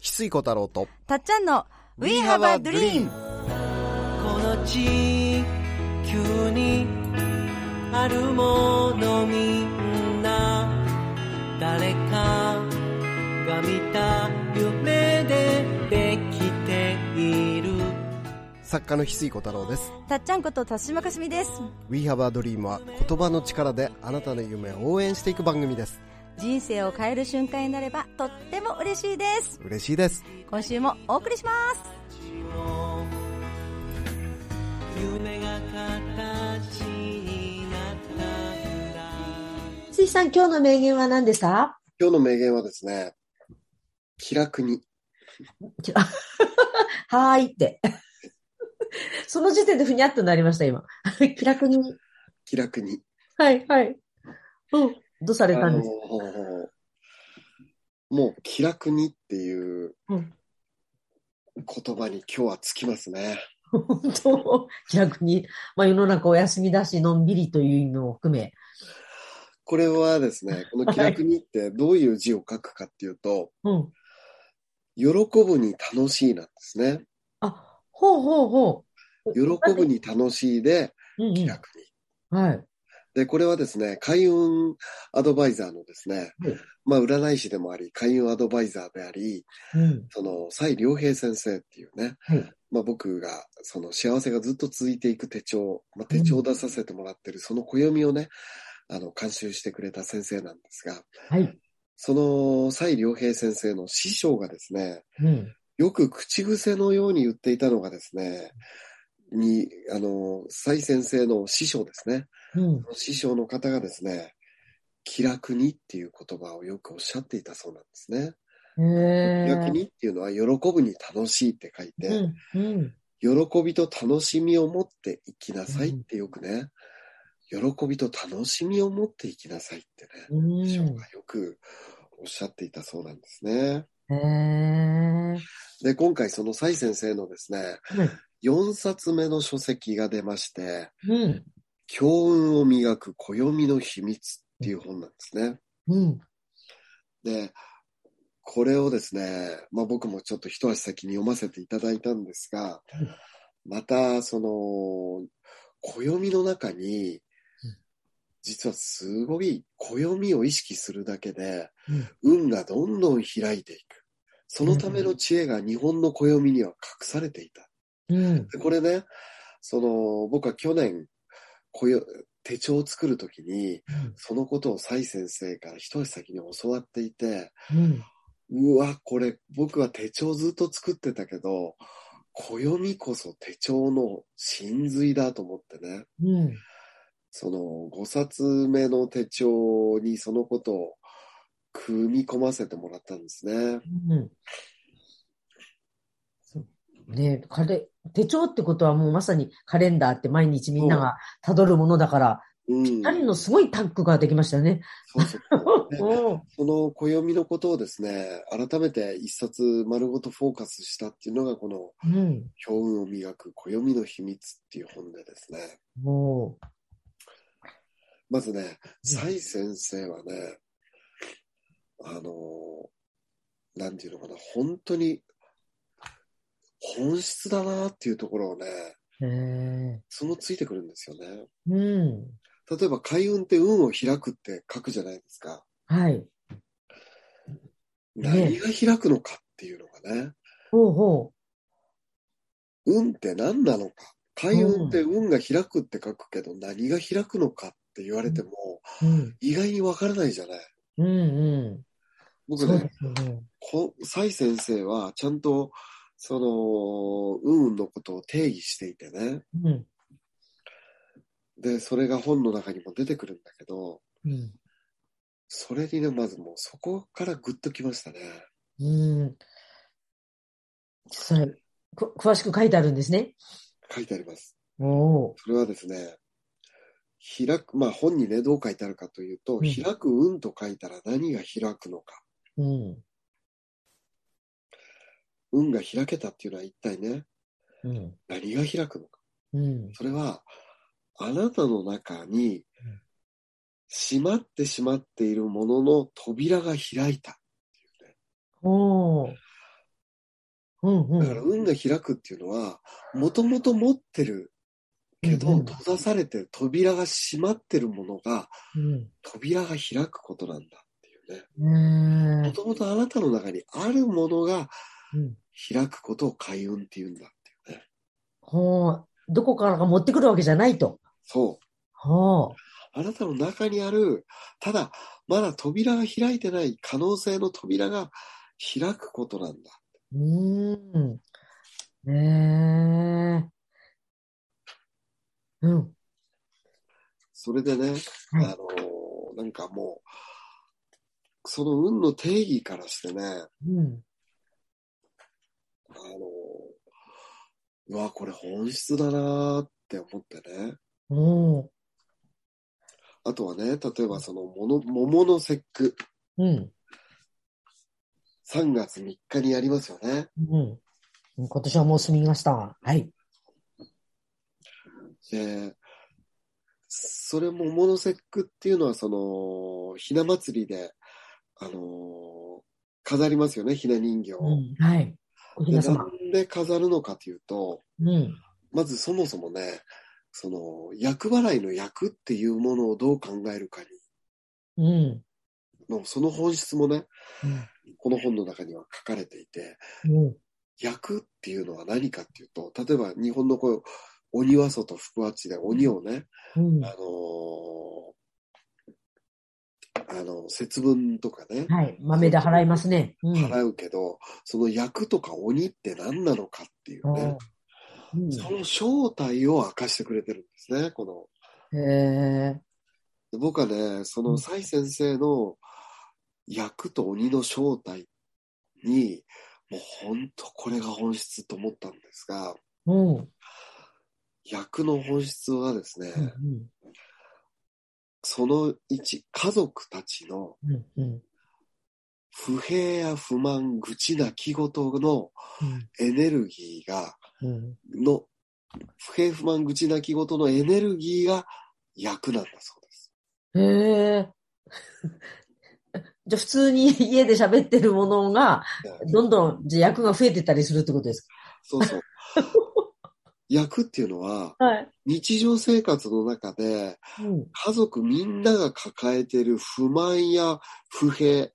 筒井小太郎とたっちゃんの We Have a Dream この地球にあるものみんな誰かが見た夢でできている作家の翡翠小太郎ですたっちゃんこと田島かすみです We Have a Dream は言葉の力であなたの夢を応援していく番組です人生を変える瞬間になればとっても嬉しいです嬉しいです今週もお送りします夢が形になったんだついさん、今日の名言は何でした今日の名言はですね気楽にちょはーいって。 その時点でふにゃっとなりました、今。 気楽に。気楽にはい、はい。うん。どうされたんですかあのもう気楽にっていううん言葉に今日はつきますね。 本当気楽に。まあ世の中お休みだし、のんびりというのを含め。これはですね、この気楽にってどういう字を書くかっていうと、うん。喜ぶに楽しいなんですね。あ、ほうほうほう。喜ぶに楽しいでうん気う楽に。ん。はい。で、これはですね、開運アドバイザーのですねうん、まあ占い師でもあり、開運アドバイザーであり、うん。その、蔡良平先生っていうね、はいまあ僕が、その幸せがずっと続いていく手帳、まあ手帳を出させてもらってる、その暦をね、あの、監修してくれた先生なんですが、はい。その蔡良平先生の師匠がですね、うん。よく口癖のように言っていたのがですね、に、あの、蔡先生の師匠ですね、うん。師匠の方がですね、気楽にっていう言葉をよくおっしゃっていたそうなんですね。へ気楽え。にっていうのは喜ぶに楽しいって書いて、うん。うん。喜びと楽しみを持って生きなさいってよくね、喜びと楽しみを持って生きなさいってね、う師匠んがよくおっしゃっていたそうなんですね。へえ。で、今回その蔡先生のですね、はい4冊目の書籍が出まして、うん。強運を磨く暦の秘密っていう本なんですね。うん。で、これをですね、まあ僕もちょっと一足先に読ませていただいたんですが、また、その、暦の中にうん、実はすごい暦を意識するだけでうん、運がどんどん開いていく。そのための知恵が日本の暦には隠されていた。うん。でこれね、その、僕は去年、暦手帳を作るときに、そのことを蔡先生から一足先に教わっていて、うん。うわ、これ、僕は手帳ずっと作ってたけど、暦こそ手帳の真髄だと思ってね、うん。その5冊目の手帳にそのことを組み込ませてもらったんですね。うんそうねえカレ手帳ってことはもうまさにカレンダーって毎日みんながたどるものだから、うん。何のすごいタッグができましたね。そうそうそうねうんその暦のことをですね、改めて一冊丸ごとフォーカスしたっていうのが、この、うん。強運を磨く暦の秘密っていう本でですね、もまずね、蔡先生はね、あのーなんていうのかな、本当に、本質だなっていうところをね、う、へえ。そのついてくるんですよね。うん。例えば、開運って運を開くって書くじゃないですか。はい。何が開くのかっていうのがね、ほうほ運って何なのか。開運って運が開くって書くけど、何が開くのかって言われても、う。うん。意外にわからないじゃない。うんう僕ん。そうねで、すよね。こ蔡先生はちゃんとその運のことを定義していてねうん。でそれが本の中にも出てくるんだけどうん。それにねまずもうそこからグッときましたねうん。そうく詳しく書いてあるんですね。書いてありますおお。それはですね開くまあ本にねどう書いてあるかというと、ん開く運と書いたら何が開くのかうん。運が開けたっていうのは一体ねうん。何が開くのかうん。それはあなたの中にうん閉まってしまっているものの扉が開いたおお。うんうだからん。運が開くっていうのは、もともと持ってるけど、うん閉ざされてる、扉が閉まってるものが、うん扉が開くことなんだっていうね。ねもえともとあなたの中にあるものがうん。開くことを開運っていうんだっていうね。ほう。どこからか持ってくるわけじゃないと。そう。ほあなたの中にある、ただ、まだ扉が開いてない可能性の扉が開くことなんだ。う。うーん。ねえ。うん。それでね、あはいのーなんかもう、その運の定義からしてね、うん。あのーうわ、これ本質だなーって思ってね。おう。あとはね、例えばその、もの、桃の節句、うん。 3月3日にやりますよね。うん。今年はもう済みました。はい。で、それも桃の節句っていうのは、その、ひな祭りで、あのー飾りますよね、ひな人形を。うん。はい。おひで、なな様。んで飾るのかというと、うん。まずそもそもね、その、厄払いの厄っていうものをどう考えるかに、うん。のその本質もね、うんこの本の中には書かれていて、うん。厄っていうのは何かっていうと、例えば日本のこう、鬼は外、福は地で鬼をね、うん。あのーあの、節分とかね、はい。豆で払いますね。うん。払うけど、その役とか鬼って何なのかっていうね、うんその正体を明かしてくれてるんですね、この。へえ。で僕はね、その蔡先生の役と鬼の正体に、もう本当これが本質と思ったんですが、うん。うん役の本質はですね、うんその1、家族たちのうんうん不平や不満、愚痴なきごとのうんエネルギーが、うんの、不平不満、愚痴なきごとのエネルギーが役なんだそうです。へえ。じゃあ普通に家で喋ってるものが、どんどんじゃあ役が増えてったりするってことですそうそう。役っていうのは、かはい。日常生活の中で、うん。家族みんなが抱えている不満や不平、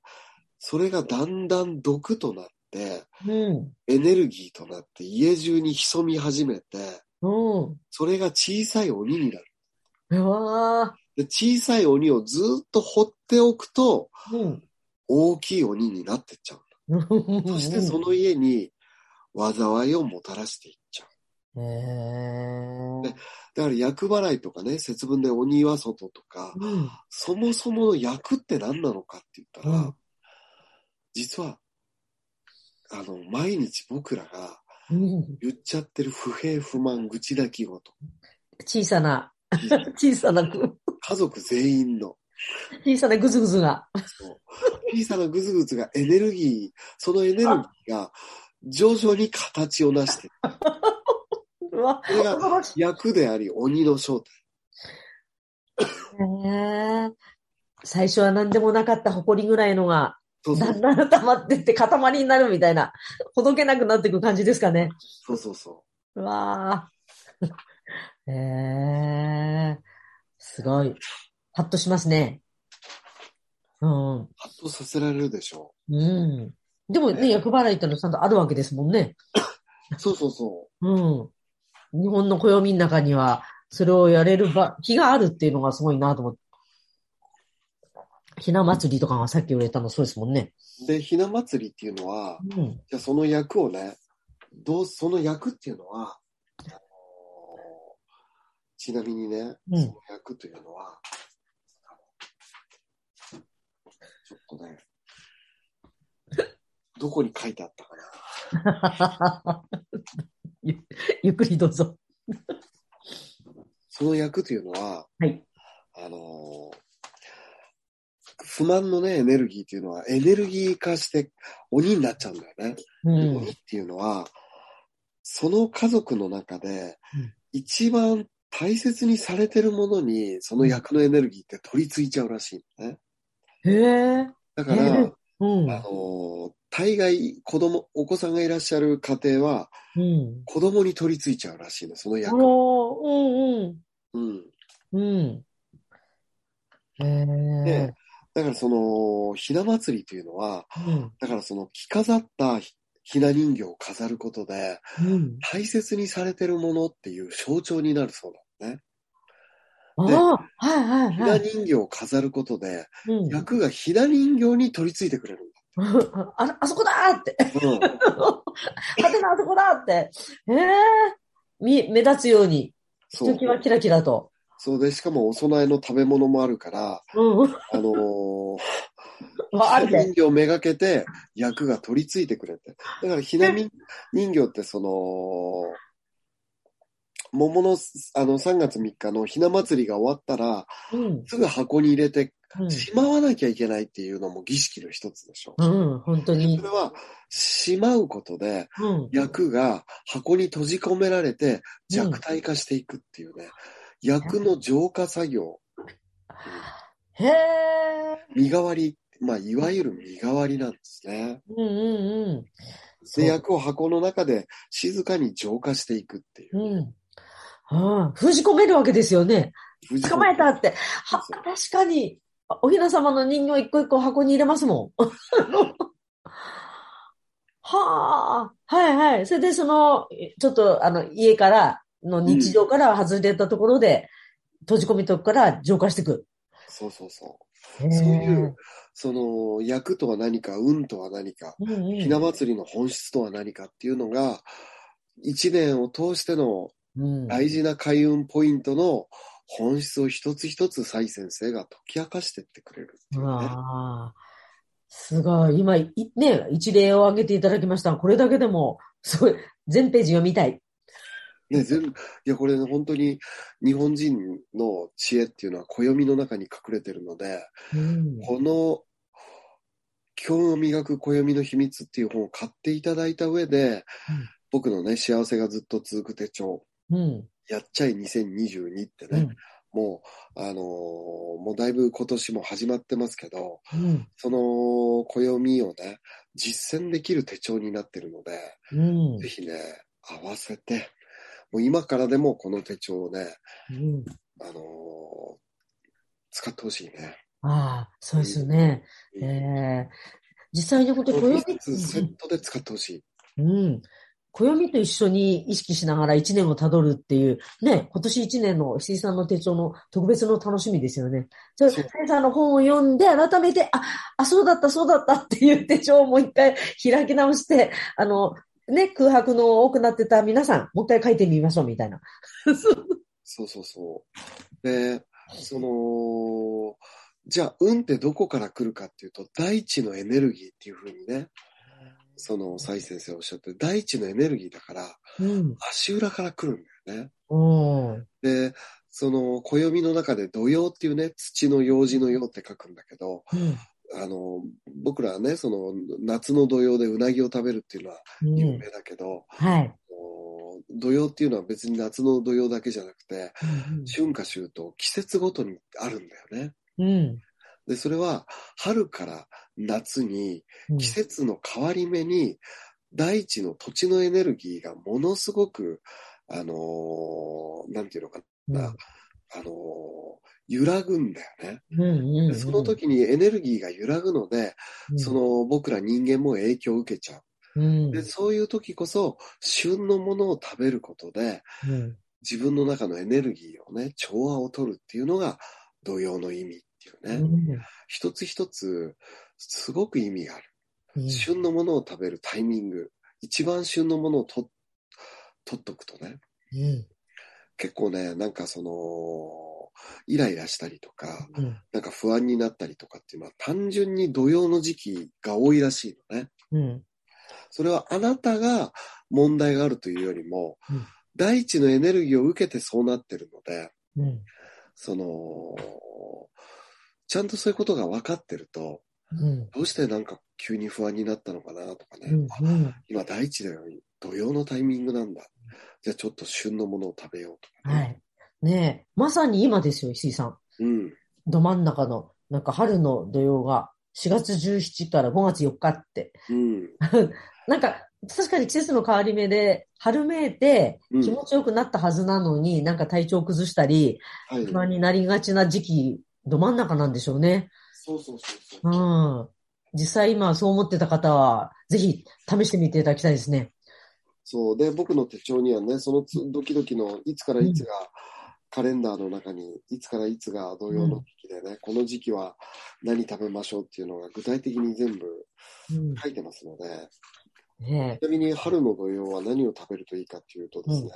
それがだんだん毒となって、うん。エネルギーとなって家中に潜み始めて、うん。それが小さい鬼になる。うわで小さい鬼をずっと放っておくと、ーうん。大きい鬼になってっちゃう。そしてその家に災いをもたらしていっちゃう。へえ。だから厄払いとかね、節分で鬼は外とか、うん。そもそもの厄って何なのかって言ったら、うん実は、あの、毎日僕らがうん言っちゃってる不平不満、愚痴だき ごと、小さな、小さなぐ、家族全員の、小さなぐずぐずが。そう小さなぐずぐずがエネルギー、そのエネルギーが徐々に形をなして、うわ、これが役であり鬼の正体。ねえ最初は何でもなかった埃ぐらいのが、そうそだうんだん溜まってって塊になるみたいな、ほどけなくなっていく感じですかね。そうそうそう。う わぁ。ええすごい。ハッとしますね。うん。ハッとさせられるでしょうん。でもね、役払いってのはちゃんとあるわけですもんね。う。そうそうそうん。日本の暦の中には、それをやれる場、日があるっていうのがすごいなと思って。ひな祭りとかがさっき言われたのそうですもんね。う。で、ひな祭りっていうのは、うん。じゃあその役をね、どう、その役っていうのは、あのーちなみにね、うんその役というのは、ちょっとね、どこに書いてあったかな。ゆ ゆっくりどうぞ。その役というのは、はい。あのー不満のね、エネルギーっていうのは、エネルギー化して鬼になっちゃうんだよね。う鬼ん。っていうのは、その家族の中でうん、一番大切にされてるものに、その役のエネルギーって取り付いちゃうらしいのね。へえ。だかえら、えあうん。のー大概子供、お子さんがいらっしゃる家庭は、うん。子供に取り付いちゃうらしいの、そのあ役。のうんうん。うん。うん。へえで。、だからその、ひな祭りというのは、うん。だからその着飾ったひひな人形を飾ることで、うん。大切にされてるものっていう象徴になるそうなのね。ああではいはいひは。ない人形を飾ることで、うん、役がひな人形に取り付いてくれるんだ。あ、あそこだーって。 うん、派手なあそこだーって。へえ。み、目立つように。ひそとうき。わキラキラと。そうで、しかもお供えの食べ物もあるから、うん。あの ー、あ、あるひなね。人形めがけて役が取り付いてくれて。だからひなみ人形ってその、桃の、あの、3月3日のひな祭りが終わったら、うん。すぐ箱に入れてうんしまわなきゃいけないっていうのも儀式の一つでしょ。うん、本当にそれ。は、しまうことで、うん。役が箱に閉じ込められて弱体化していくっていうね、役の浄化作業、へえ。身代わり、まあ、いわゆる身代わりなんですね。うんうんうん。そで、う。役を箱の中で静かに浄化していくっていうう。ん。ああ、封じ込めるわけですよね。無事捕まえたって。は、そう確かに。あおひな様の人形一個一個箱に入れますもん。 はあ、はいはい。それでその、ちょっとあの、家からの日常から外れたところで、閉じ込めとくから浄化していく。そうそうそう。そうそういう、その、役とは何か、運とは何か、うんうん、ひな祭りの本質とは何かっていうのが、一年を通してのうん、大事な開運ポイントの本質を一つ一つ蔡先生が解き明かしてってくれるっていううね。わあ、すごい。今、いね、一例を挙げていただきました。これだけでも、すごい、全ページ読みたい。ね、全部、いや、これね、本当に日本人の知恵っていうのは暦の中に隠れてるので、うんこの、基本を磨く暦の秘密っていう本を買っていただいた上で、うん僕のね、幸せがずっと続く手帳、うん。やっちゃい2022ってうね、ん。もう、あのーもうだいぶ今年も始まってますけど、うん。その暦をね、実践できる手帳になってるので、うんぜ。ひね、合わせて、もう今からでもこの手帳をね、うん。あのー使ってほしいね。ああ、そうですね。ええ実際に本当にこれ暦、セットで使ってほしい。うん。暦と一緒に意識しながら一年をたどるっていう、ね、今年一年の七井さんの手帳の特別の楽しみですよね。それ、そう七井さんの本を読んで、改めて、あ、あ、そうだった、そうだったっていう手帳をもう一回開き直して、あの、ね、空白の多くなってた皆さん、もう一回書いてみましょうみたいな。そうそうそう。で、その、じゃあ、運ってどこから来るかっていうと、大地のエネルギーっていうふうにね、その、蔡先生おっしゃって、大地のエネルギーだから、うん。足裏から来るんだよね。おーで、その、暦の中で土曜っていうね、土の用事の用って書くんだけど、うん。あの、僕らはね、その、夏の土曜でうなぎを食べるっていうのはう有ん。名だけど、はい。お土曜っていうのは別に夏の土曜だけじゃなくて、春夏秋冬、季節ごとにあるんだよね。うん。うんで、それは春から夏にうん季節の変わり目に大地の土地のエネルギーがものすごく、あのーなんていうのかうんな、あのー揺らぐんだよね。うんうんでその時にエネルギーが揺らぐので、うんその僕ら人間も影響を受けちゃうんう。で、そういう時こそ旬のものを食べることでうん自分の中のエネルギーをね、調和を取るっていうのが土曜の意味っていうね。うん一つ一つすごく意味がある。うん旬のものを食べるタイミング、一番旬のものをと取っとくとね、うん結構ね、なんかその、イライラしたりとか、うんなんか不安になったりとかっていうのは単純に土曜の時期が多いらしいのね。うんそれはあなたが問題があるというよりも、うん大地のエネルギーを受けてそうなってるので、うんその、ちゃんとそういうことが分かってると、うんどうしてなんか急に不安になったのかなとかね、うんあうん今大地だよ、土曜のタイミングなんだ。じゃあちょっと旬のものを食べようとか、ね。はい。ねえ、まさに今ですよ、石井さん。うん。ど真ん中の、なんか春の土曜が、 4月17から5月4日って。うん。なんか、確かに季節の変わり目で、春めいてうん気持ちよくなったはずなのに、なんか体調崩したり、はい。不安になりがちな時期、ど真ん中なんでしょうね。そうそうそううそう。ん。実際今そう思ってた方は、ぜひ試してみていただきたいですね。そう。で、僕の手帳にはね、そのつドキドキのいつからいつが、カレンダーの中に、いつからいつが同様の時期でね、この時期は何食べましょうっていうのが具体的に全部うん書いてますので、ねちなみに春の土曜は何を食べるといいかっていうとえうですんね、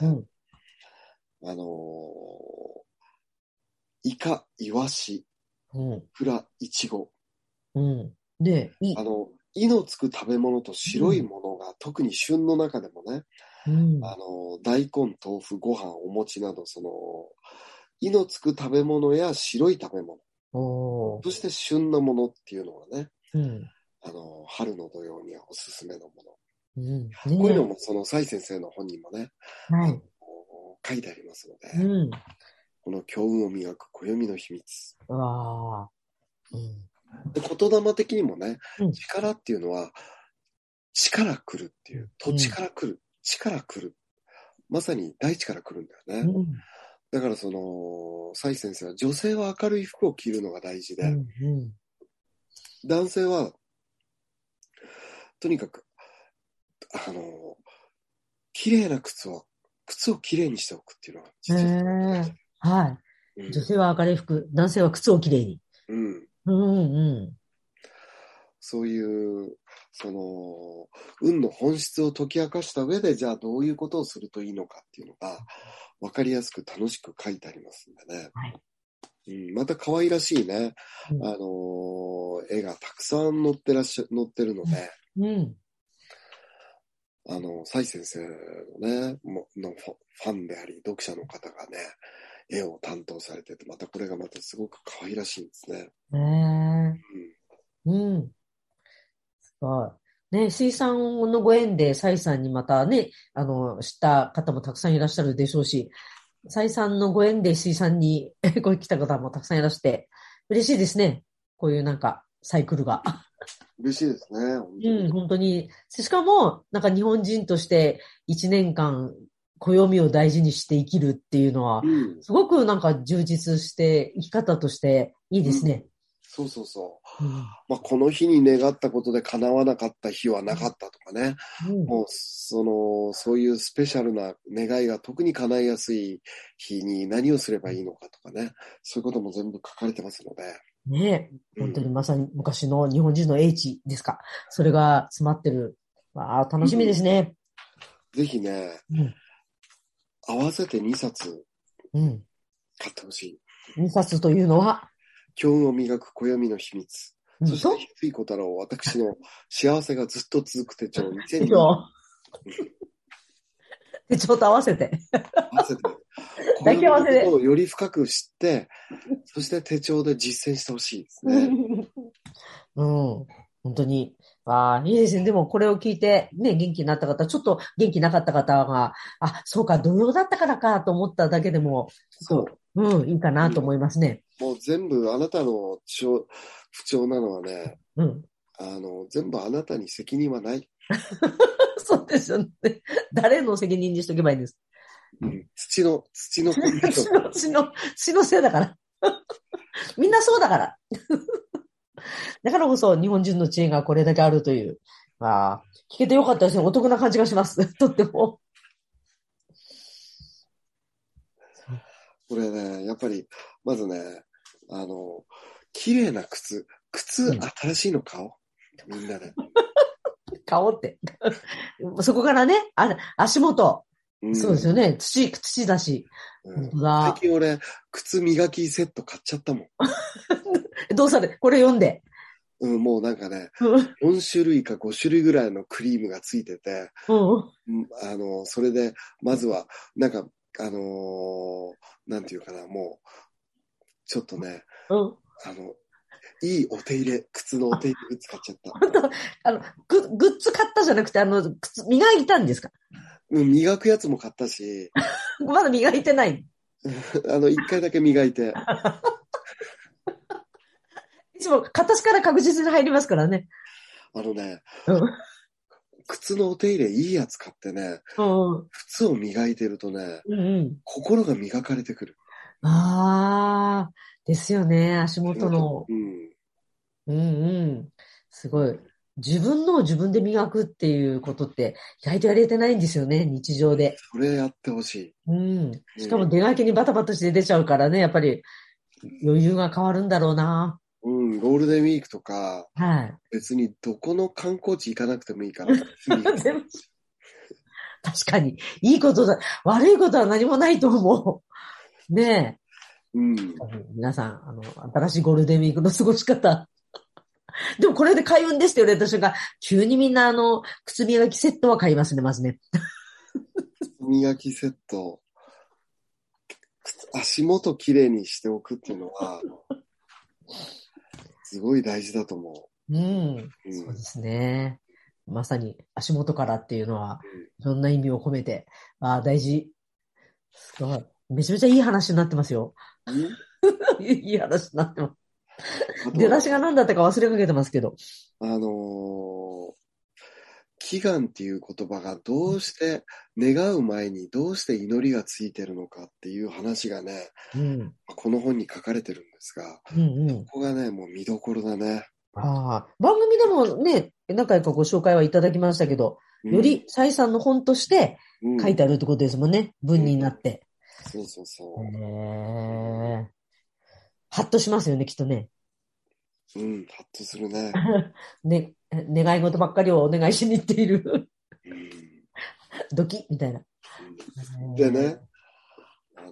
うんあのーイカ、イワシ、うんフラ、イチゴ。うんねえいいあ。の、イのつく食べ物と白いものが、特に旬の中でもね、うんあの、大根、豆腐、ご飯、お餅など、その、イのつく食べ物や白い食べ物、おそーして旬のものっていうのはね、うんあの、春の土曜にはおすすめのもうんねの。こういうのも、その、蔡先生の本人もね、えはい。こう書いてありますのうで、ん。この強運を磨く暦の秘密。わあ。うんで言霊的にもね、うん力っていうのは、地から来るっていう、土地から来る、地から来る。まさに大地から来るんだよね。うんだからその、蔡先生は女性は明るい服を着るのが大事で、うんうん男性は、とにかく、あの、綺麗な靴を、靴を綺麗にしておくっていうのが実は、へはうい。ん女性は明るい服、男性は靴をきれいに。うん。うんうん。そういう、その、運の本質を解き明かした上で、じゃあどういうことをするといいのかっていうのが、わかりやすく楽しく書いてありますんでね。はいうん、また可愛らしいね、うんあのー絵がたくさん載ってらっしゃ、載ってるので、うん。あの、蔡先生のね、ものファファンであり、読者の方がね、絵を担当されてて、またこれがまたすごく可愛らしいんですね。ねえ。うん。すごい。ね、水産のご縁で、サイさんにまたね、あの、知った方もたくさんいらっしゃるでしょうし、サイさんのご縁で水産に ご来た方もたくさんいらして、嬉しいですね。こういうなんか、サイクルが。嬉しいですね、本当うん、に。本当に。しかも、なんか日本人として一年間、暦を大事にして生きるっていうのは、うんすごくなんか充実して、生き方としていいですね。そうそうそう。うん。まあ、この日に願ったことで叶わなかった日はなかったとかね。うんもう、その、そういうスペシャルな願いが特に叶いやすい日に何をすればいいのかとかね。そういうことも全部書かれてますので。ねえうん本当にまさに昔の日本人の英知ですか。それが詰まってる。わあ、楽しみですね。ぜひね、うん合わせて2冊うん。買ってほしい。 2冊というのは、強運を磨く暦の秘密。うんそしそうて、ひついこ太郎、私の幸せがずっと続く手帳、で2020し年合ょ。 で、ちょっと合わせ て。わせて、こ抱き合わせでのことをより深く知って、そして手帳で実践してほしいですね。うん。本当に。ああ、いいですね。でもこれを聞いて、ね、元気になった方、ちょっと元気なかった方が、あ、そうか、土曜だったからかと思っただけでも、そう。うん、いいかなと思いますね。もう全部あなたの不調不調なのはね、うん。 あの、全部あなたに責任はない。そうですよね。誰の責任にしとけばいいんです。うん、土の、土のコンディシ 死ョン。の、死の、死のせいだから。 みんなそうだから。 だからこそ日本人の知恵がこれだけあるという。まあ、聞けてよかったですね。お得な感じがします。 とっても。これね、やっぱり、まずね、あの、綺麗な靴。靴、うん新しいの買おう。みんな で。顔って。 そこからね、あ足元。うんそうですよね。土、土だし。う本ん当最だ。近俺、靴磨きセット買っちゃったもん。どうされ、これ読んで。うん、もうなんかね、うん。 4種類か5種類ぐらいのクリームがついてて、うんうんあの、それで、まずは、なんか、あのーなんていうかな、もう、ちょっとね、うん。あの、いいお手入れ、靴のお手入れ使っちゃ った。あの、ググッズ買ったじゃなくて、あの、靴、磨いたんですか うん、磨くやつも買ったし、まだ磨いてない。あの、一回だけ磨いて、いつも形から確実に入りますからね。あのね、うん靴のお手入れいいやつ買ってね、うんうん。靴を磨いてるとね、うんうん。心が磨かれてくる。ああ、ですよね、足元の。うん。うんうん。すごい。自分のを自分で磨くっていうことって、意外とやれてないんですよね、日常で。それやってほしい。うん。うんしかも出がけにバタバタして出ちゃうからね、やっぱり余裕が変わるんだろうな。うん、ゴールデンウィークとか、はい。別にどこの観光地行かなくてもいい から、休み全部確かに。いいことだ。悪いことは何もないと思う。ねうんえ。。皆さん、あの、新しいゴールデンウィークの過ごし方。 でもこれで開運ですって言われた瞬間、急にみんなあの、靴磨きセットは買いますね、まずね。磨きセット、靴足元きれいにしておくっていうのは、すごい大事だと思うん。う。そううんですね。まさに足元からっていうのは、いろんな意味を込めて、ああ、大事。すごい。めちゃめちゃいい話になってますよ。 いい話になってます。あと出だしが何だったか忘れかけてますけど。あのー祈願っていう言葉がどうして、願う前にどうして祈りがついてるのかっていう話がね、うん。この本に書かれてるんですが、うんうん。ここがね、もう見どころだね。ああ、番組でもね、何回かご紹介はいただきましたけど、うんより蔡さんの本として書いてああるってことですもんね。文になって。る。そうそうそねえはっとしますよね、きっとね。う。うん、ハッとするね。ね、願い事ばっかりをお願いしに行っている。 うんドキッみたいな。でね。、あのー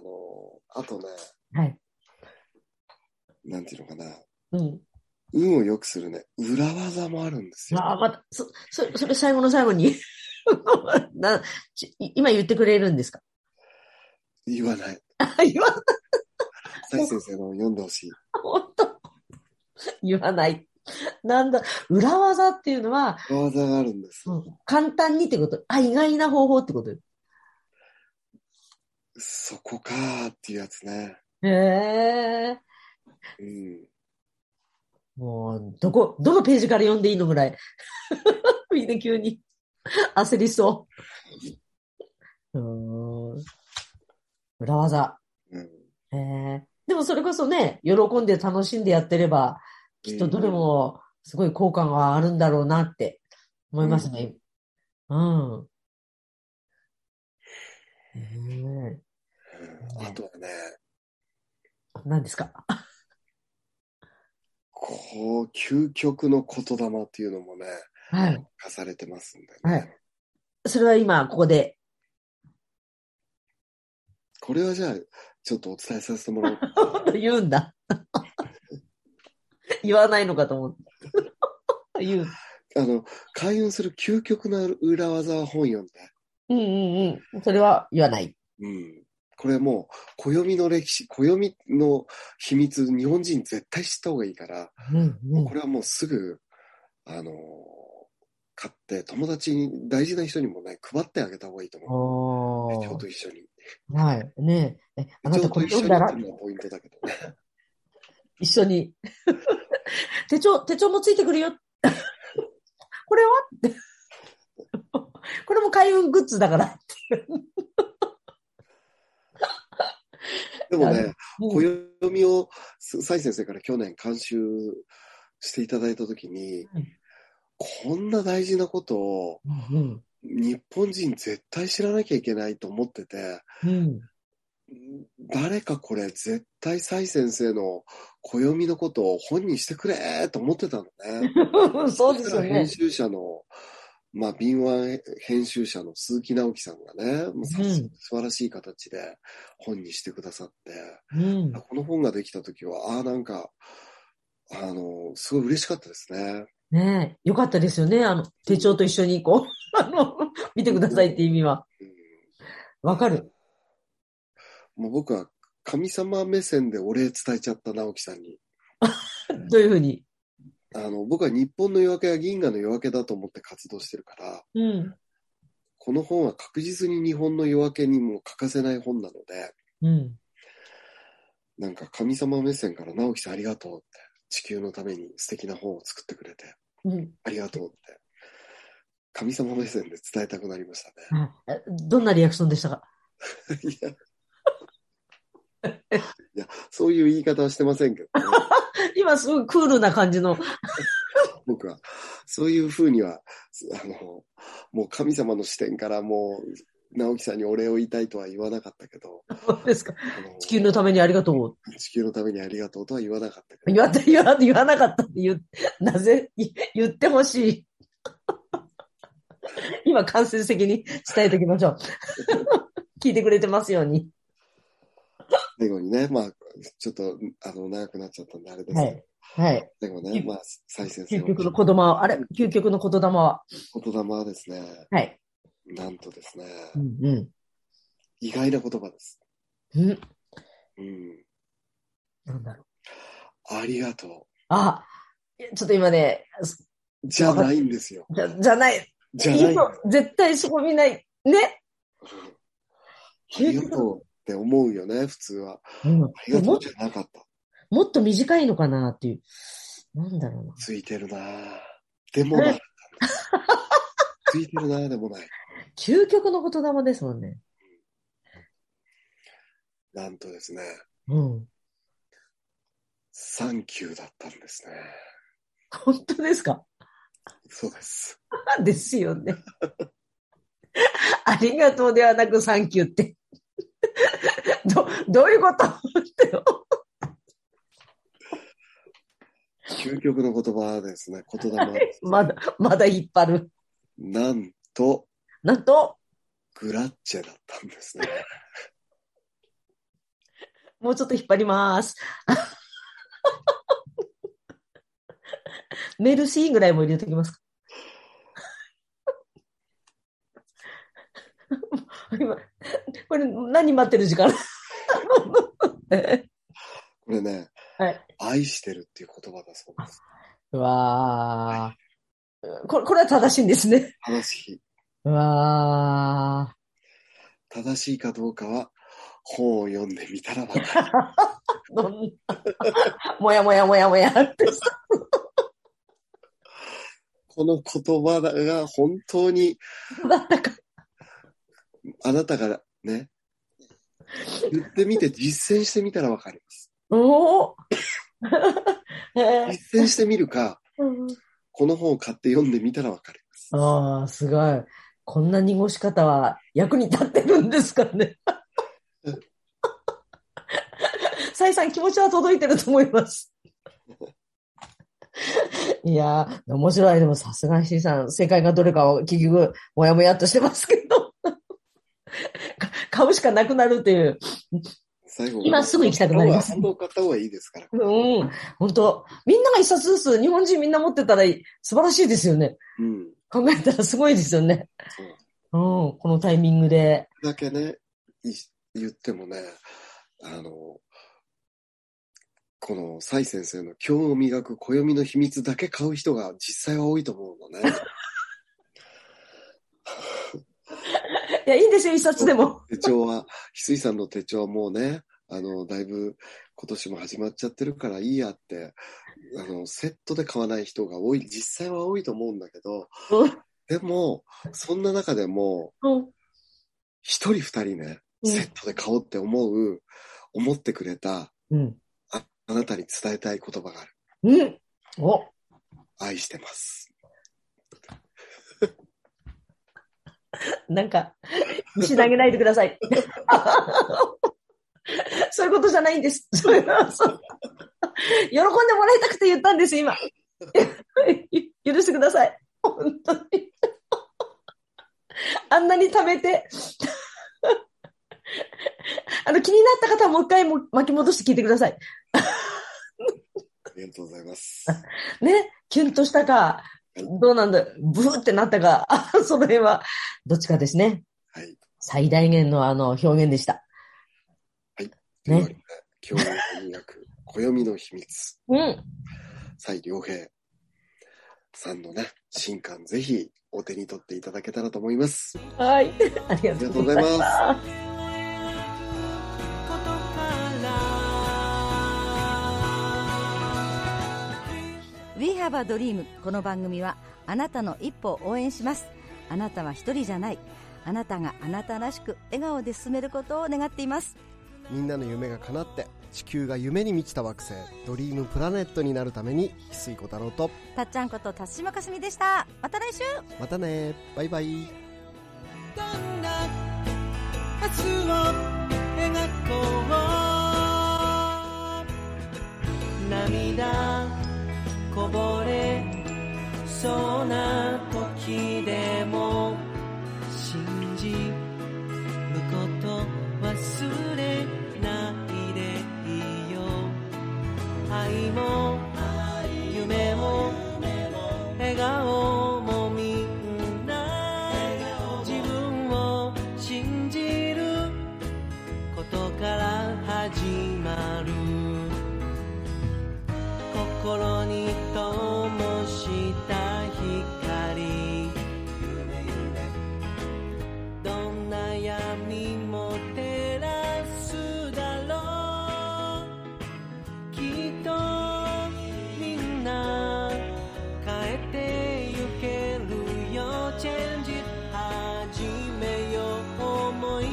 あとね、はい。なんていうのかな、うん。運を良くするね、裏技もあるんですよ。ああ、また、そ、そそれ最後の最後に なち今言ってくれるんですか 言わない。言わ蔡先生の読んでほしい。本当言わない。なんだ、裏技っていうのは、裏技があるんです。簡単にってこと。あ、意外な方法ってこと。そこかーっていうやつね。へえ。うん。もう、どこ、どのページから読んでいいのぐらい。 みんな急に焦りそう。うーん。裏技。うん、へえ。でもそれこそね、喜んで楽しんでやってれば、きっとどれもすごい効果があるんだろうなって思いますね。うん。うん。うんあとはね、何ですかこう、究極の言霊っていうのもね、はい。課されてますんでね。はい。それは今、ここで。これはじゃあ、ちょっとお伝えさせてもらおう。 言うんだ。 言わないのかと思った。 言う。あの、開運する究極の裏技は本読んで。うんうんうん。それは言わない。うん。これもう、暦の歴史、暦の秘密、日本人絶対知った方がいいから、うんうんこれはもうすぐ、あのー買って、友達に、大事な人にもね、配ってあげた方がいいと思う。手帳おと一緒に。ーはい。ねえ。えあな手た帳ことれ一緒読にってんいうのだらが、ポイントだけどね。一緒に。 手帳、手帳もついてくるよ。 これはって これも開運グッズだから。でもね、うん暦を、す蔡先生から去年監修していただいたときに、うんこんな大事なことを、うん日本人絶対知らなきゃいけないと思ってて、うん。誰かこれ絶対蔡先生の暦のことを本にしてくれと思ってたのね。うん。そうでしすよたら編ね。集者の、まあ、敏腕編集者の鈴木直樹さんがね、もうさうん素晴らしい形で本にしてくださって、うん。この本ができた時は、ああ、なんか、あの、すごい嬉しかったですね。ねえ、よかったですよね。あの、手帳と一緒にこう、あ の、見てくださいって意味は。うんわかる。もう僕は神様目線でお礼伝えちゃった直樹さんに。どういうふうに。あの、僕は日本の夜明けや銀河の夜明けだと思って活動してるから、うん。この本は確実に日本の夜明けにも欠かせない本なので、うん。なんか神様目線から直樹さんありがとうって。地球のために素敵な本を作ってくれて、うん。ありがとうって、神様目線で伝えたくなりましたあえどんなリアクションでしたかね。いや、いやそういう言い方はしてませんけど、ね、今すごいクールな感じの。僕は。そういうふうには、あの、もう神様の視点からもう、直樹さんにお礼を言いたいとは言わなかったけど、そうですか。あの地球のためにありがとう。地球のためにありがとうとは言わなかったけど、言わって、言わ言わなかったって言う、なぜい言ってほしい。今、間接的に伝えておきましょう。 聞いてくれてますように。最後にね、まあ、ちょっと、あの、長くなっちゃったんで、あれですけど、はい。はい。最後ね、まあ、再生究極の言霊は、あれ究極の言霊は。言霊はですね、はい。なんとですね、うんう意外な言葉です。ん。うん。うん。なんだろう。ありがとあ、いやちょっと今ね、すう。じゃないんですよ。じゃじゃない。じゃないんだ今絶対そこ見ない。ね。ありがとうって思うよね、普通は。うんありがともうじゃなかった。もっと短いのかなっていう。なんだろうな。ついてるなぁでも ない。ついてるなぁでもない。究極の言霊ですもんね。なんとですね、うん。サンキューだったんですね。本当ですかそうです。ですよね。ありがとうではなくサンキューって。ど、どういうことって。究極の言葉ですね、言霊。まだ、まだ引っ張る。なんと、なんと、グラッチェだったんですね。もうちょっと引っ張ります。 メルシーぐらいも入れておきますか。 今、これ何待ってる時間これね、はい愛してるっていう言葉だそうです。 うわーこれ、これは正しいんですね。正しい。うわ正しいかどうかは、本を読んでみたらわかる。ーどんな もやもやもやもやって。この言葉が本当に、 あなたがね、言ってみて実践してみたらわかります。 おーえー実践してみるか、この本を買って読んでみたらわかります。ああ、すごい。こんな濁し方は役に立ってるんですかね。サイさん気持ちは届いてると思います。いやー、面白い。でもさすがにシーさん、正解がどれかは結局、もやもやっとしてますけど。か買うしかなくなるっていう。最後今すぐ行きたくなります本当買った方がいいですから。うん、本当みんなが一冊ずつ、日本人みんな持ってたらいい素晴らしいですよね。うん。考えたらすごいですよね。そう。うん、このタイミングで。だけね、い言ってもね、あの、この、蔡先生の今日を磨く暦の秘密だけ買う人が実際は多いと思うのね。いや、いいんですよ、一冊でも。手帳は、翡翠さんの手帳はもうね、あの、だいぶ今年も始まっちゃってるからいいやって、あの、セットで買わない人が多い、実際は多いと思うんだけど、でも、そんな中でも、うん一人二人ね、セットで買おうって思う、思ってくれた、うん。ああなたに伝えたい言葉がある。うん。お、愛してます。なんか、石投げないでください。 そういうことじゃないんです。 そういうそう喜んでもらいたくて言ったんです、今。 許してください。本当に。あんなに食べて。 あの、気になった方はもう一回も巻き戻して聞いてください。ありがとうござい ます。ね、キュンとしたか、どうなんだ、ブーってなったか、 あその辺は、どっちかですね。はい。最大限のあの表現でした。というわけで今日の音楽、 暦の秘密。うん。蔡良平さんのね、新刊ぜひお手に取っていただけたらと思います。はい。 あありがりとがうとうごござざいいます。ます。ことからハバドリームこの番組はあなたの一歩を応援しますあなたは一人じゃないあなたがあなたらしく笑顔で進めることを願っていますみんなの夢が叶って地球が夢に満ちた惑星ドリームプラネットになるために翡翠小太郎とたっちゃんこと田島かすみでしたまた来週またねバイバイどんな明日を描こう涙こぼれそうな時でも信じること忘れないでいいよ愛も夢も笑顔もみんな自分を信じることから始まる心に灯した光どんな闇も照らすだろうきっとみんな変えてゆけるよチェンジ始めようもう一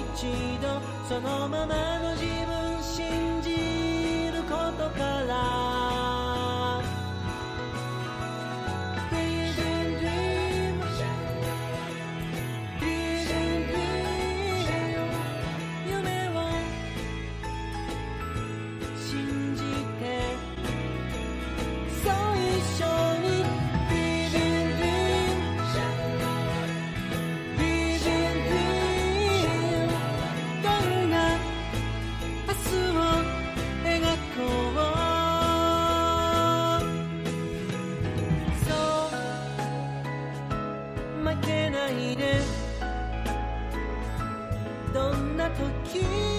度そのままの自分信じることから「Believe in dreams Believe in dreams 夢を信じて」そう一緒に Live in dream Live in dream どんな明日を描こうそう負けないでどんな時